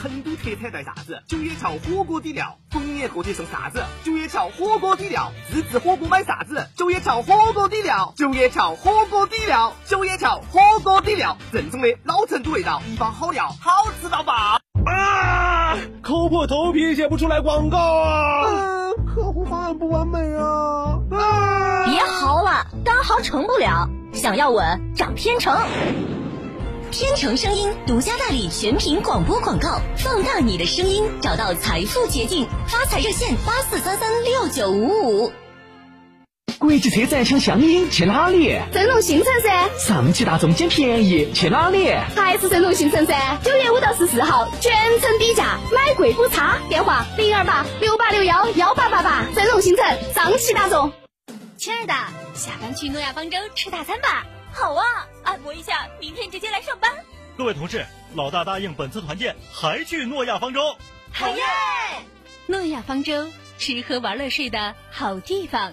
成都特产带啥子？九眼桥火锅底料。逢年过节送啥子？九眼桥火锅底料。自制火锅买啥子？九眼桥火锅底料。九眼桥火锅底料。九眼桥火锅底料，正宗的老成都味道，一包好料，好吃到爆。啊！抠破头皮写不出来广告啊！客户方案不完美啊！啊！别嚎了，干嚎成不了，想要稳找天成。天成声音独家代理全屏广播广告，放大你的声音，找到财富捷径。发财热线八四三三六九五五。国际车展抢香烟去哪 里？神龙新城噻，上汽大众捡便宜去哪里？还是神龙新城噻。九月五到十四号全城低价，买贵不差。电话零二八六八六幺幺八八八。神龙新城，上汽大众。亲爱的，下班去诺亚方舟吃大餐吧。好啊，按摩一下，明天直接来上班。各位同事，老大答应本次团建还去诺亚方舟。好耶！诺亚方舟，吃喝玩乐睡的好地方。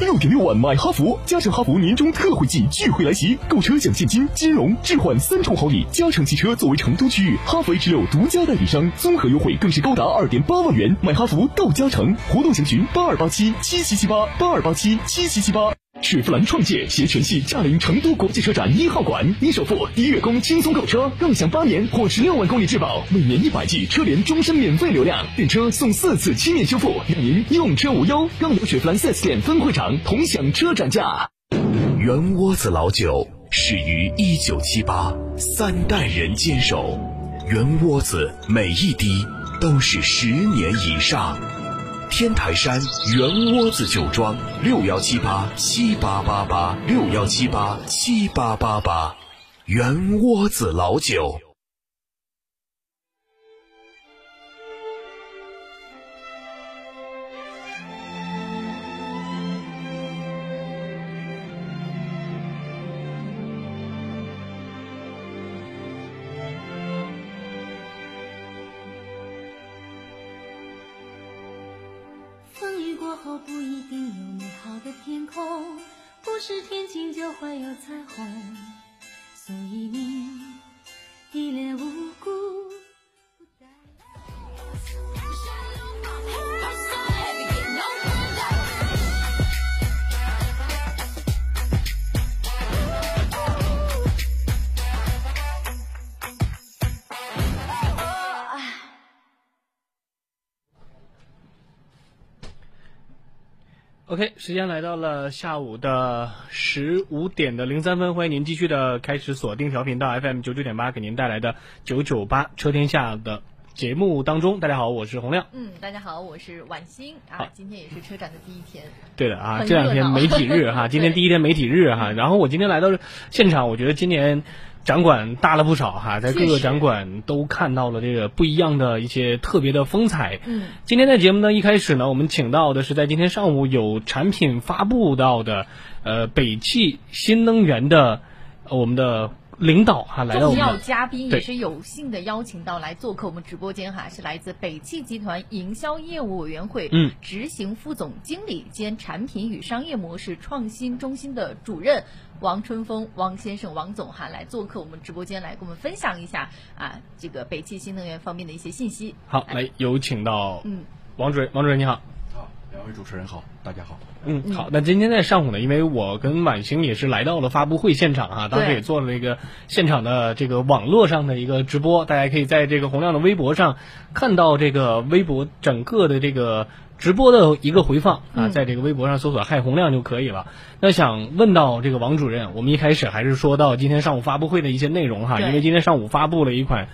六点六万买哈弗，嘉诚哈弗年终特惠季聚会来袭，购车享现金、金融置换三重好礼。嘉诚汽车作为成都区域哈弗 H 六独家代理商，综合优惠更是高达二点八万元。买哈弗到嘉诚，活动详询八二八七七七七八八二八七七七七八。雪佛兰创界携全系驾临成都国际车展一号馆，一首付、一月供轻松购车，更享八年或十六万公里质保，每年一百 G 车联终身免费流量，订车送四次七年修复，让您用车无忧。更有雪佛兰 4S 店分会场同享车展价。圆窝子老酒始于一九七八，三代人坚守，圆窝子每一滴都是十年以上。天台山圆窝子酒庄六幺七八七八八八六幺七八七八八八，圆窝子老酒。风雨过后不一定有美好的天空，不是天晴就会有彩虹。所以你一脸无辜。 OK，时间来到了下午的十五点的零三分，欢迎您继续的开始锁定调频到 FM 九九点八，给您带来的九九八车天下的节目当中。大家好，我是洪亮。嗯，大家好，我是婉欣啊，今天也是车展的第一天。对的啊，很这两热天闹媒体日 哈，今天第一天媒体日哈，然后我今天来到现场，我觉得今年展馆大了不少哈，在各确个实展馆都看到了这个不一样的一些特别的风采。嗯，今天的节目呢，一开始呢，我们请到的是在今天上午有产品发布到的，呃，北汽新能源的、呃我们的领导哈、来到我重们要的嘉宾也对是有幸的邀请到来做客我们直播间哈，是来自北汽集团营销业务委员会嗯执行副总经理兼产品与商业模式创新中心的主任王春风王先生王总哈来做客我们直播间来跟我们分享一下啊这个北汽新能源方面的一些信息。好来有请到嗯王主任，王主任你好。两位主持人好，大家好。嗯，嗯好，那今天在上午呢，因为我跟婉行也是来到了发布会现场啊，当时对也做了一个现场的这个网络上的一个直播，大家可以在这个洪亮的微博上看到这个微博整个的这个直播的一个回放啊，嗯在这个微博上搜索“嗨洪亮”就可以了。那想问到这个王主任，我们一开始还是说到今天上午发布会的一些内容哈，对因为今天上午发布了一款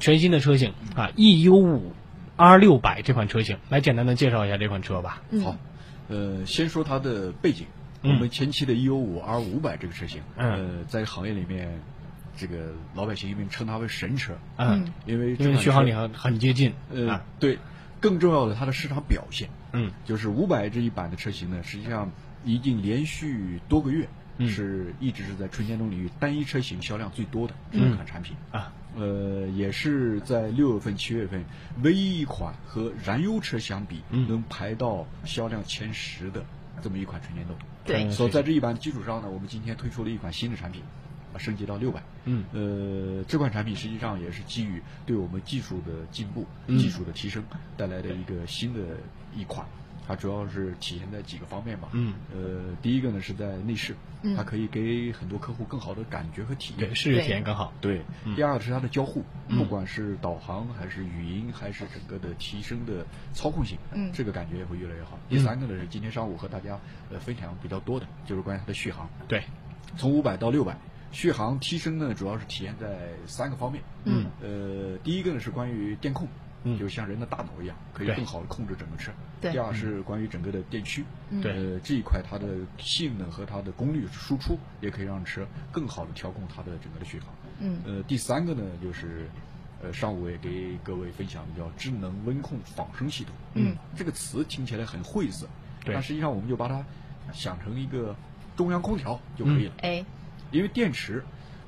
全新的车型啊，EU 五 R 六百这款车型，来简单的介绍一下这款车吧。嗯好，呃，先说它的背景。嗯我们前期的 EU 五 R 五百这个车型，嗯呃，在行业里面，这个老百姓一般称它为神车，嗯，因为这因为款续航车里很很接近，呃啊，对，更重要的它的市场表现，嗯，就是五百这一版的车型呢，实际上已经连续多个月嗯是一直是在纯电动领域单一车型销量最多的这嗯一款产品啊，呃，也是在六月份、七月份唯一一款和燃油车相比嗯能排到销量前十的这么一款纯电动。对嗯嗯所以在这一版基础上呢，我们今天推出了一款新的产品，啊升级到六百。嗯，呃，这款产品实际上也是基于对我们技术的进步、嗯技术的提升带来的一个新的一款。它主要是体现在几个方面吧。嗯。呃，第一个呢是在内饰，嗯它可以给很多客户更好的感觉和体验，对视觉体验更好。对。嗯第二个是它的交互，嗯不管是导航还是语音，还是整个的提升的操控性，嗯这个感觉也会越来越好。嗯第三个呢是今天上午和大家呃分享比较多的，就是关于它的续航。对，从五百到六百，续航提升呢，主要是体现在三个方面。嗯，呃，第一个呢是关于电控，嗯就像人的大脑一样，可以对嗯更好的控制整个车。对第二是关于整个的电驱，嗯对呃，这一块它的性能和它的功率输出，也可以让车更好的调控它的整个的续航。嗯呃，第三个呢就是。呃，上午也给各位分享的叫智能温控仿生系统。嗯，这个词听起来很晦涩，对但实际上我们就把它想成一个中央空调就可嗯以了。哎，因为电池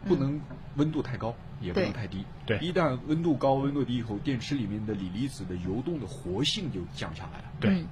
不能温度太高，也不能嗯对太低。对一旦温度高、温度低以后，电池里面的锂离子的游动的活性就降下来了。对嗯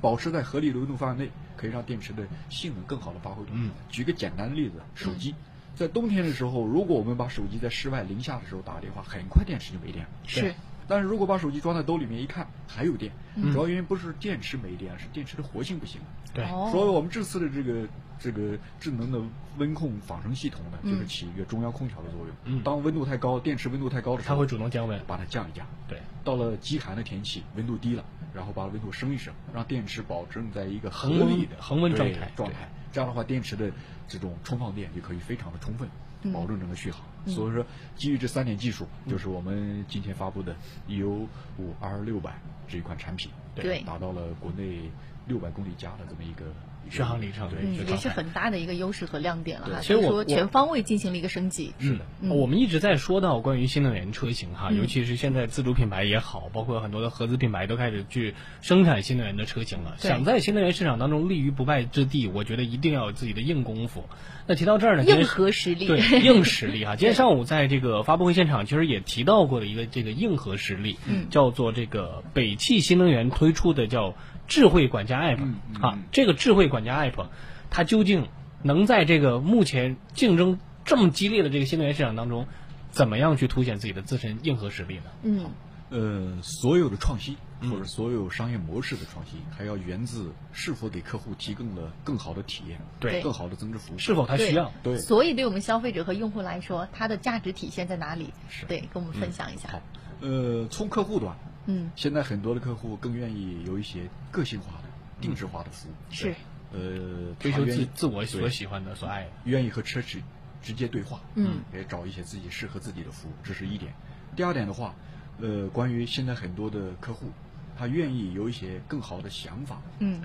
保持在合理的温度范围内，可以让电池的性能更好的发挥。嗯，举个简单的例子，手机。嗯在冬天的时候，如果我们把手机在室外零下的时候打个电话，很快电池就没电了。是，但是如果把手机装在兜里面一看，还有电，嗯主要原因不是电池没电，是电池的活性不行了。对哦所以我们这次的这个这个智能的温控仿生系统呢，嗯就是起一个中央空调的作用。嗯当温度太高，电池温度太高的时候，它会主动降温把它降一降。对，到了极寒的天气，温度低了，然后把温度升一升，让电池保证在一个合恒温理的恒温对状态状对态。这样的话，电池的这种充放电就可以非常的充分嗯，保证整个续航。嗯所以说，基于这三点技术，就是我们今天发布的 EU 五 R 六百这一款产品，对达到了国内六百公里加的这么一个一个续航里程对，嗯，就也状是态很大的一个优势和亮点了哈。对所以所以我说我全方位进行了一个升级。是的嗯我们一直在说到关于新能源车型哈，嗯尤其是现在自主品牌也好，包括很多的合资品牌都开始去生产新能源的车型了。对想在新能源市场当中立于不败之地，我觉得一定要有自己的硬功夫。那提到这儿呢，今天嗯硬核实力。对 硬实力哈。今天上午在这个发布会现场，其实也提到过的一个这个硬核实力，嗯叫做这个北汽新能源推出的叫智慧管家 app、嗯嗯啊嗯，这个智慧管家 app 它究竟能在这个目前竞争这么激烈的这个新能源市场当中，怎么样去凸显自己的自身硬核实力呢？嗯，呃，所有的创新嗯或者所有商业模式的创新，还要源自是否给客户提供了更好的体验，对更好的增值服务，是否它对需要？对所以对我们消费者和用户来说，它的价值体现在哪里？是对，跟我们分享一下。好，呃，从客户端，嗯现在很多的客户更愿意有一些个性化的、定制化的服务，是对，呃，嗯追他求愿自意自我所对喜欢的、所爱的。愿意和车企直接对话，嗯，也找一些自己适合自己的服务，这是一点。第二点的话，呃，关于现在很多的客户，他愿意有一些更好的想法，嗯，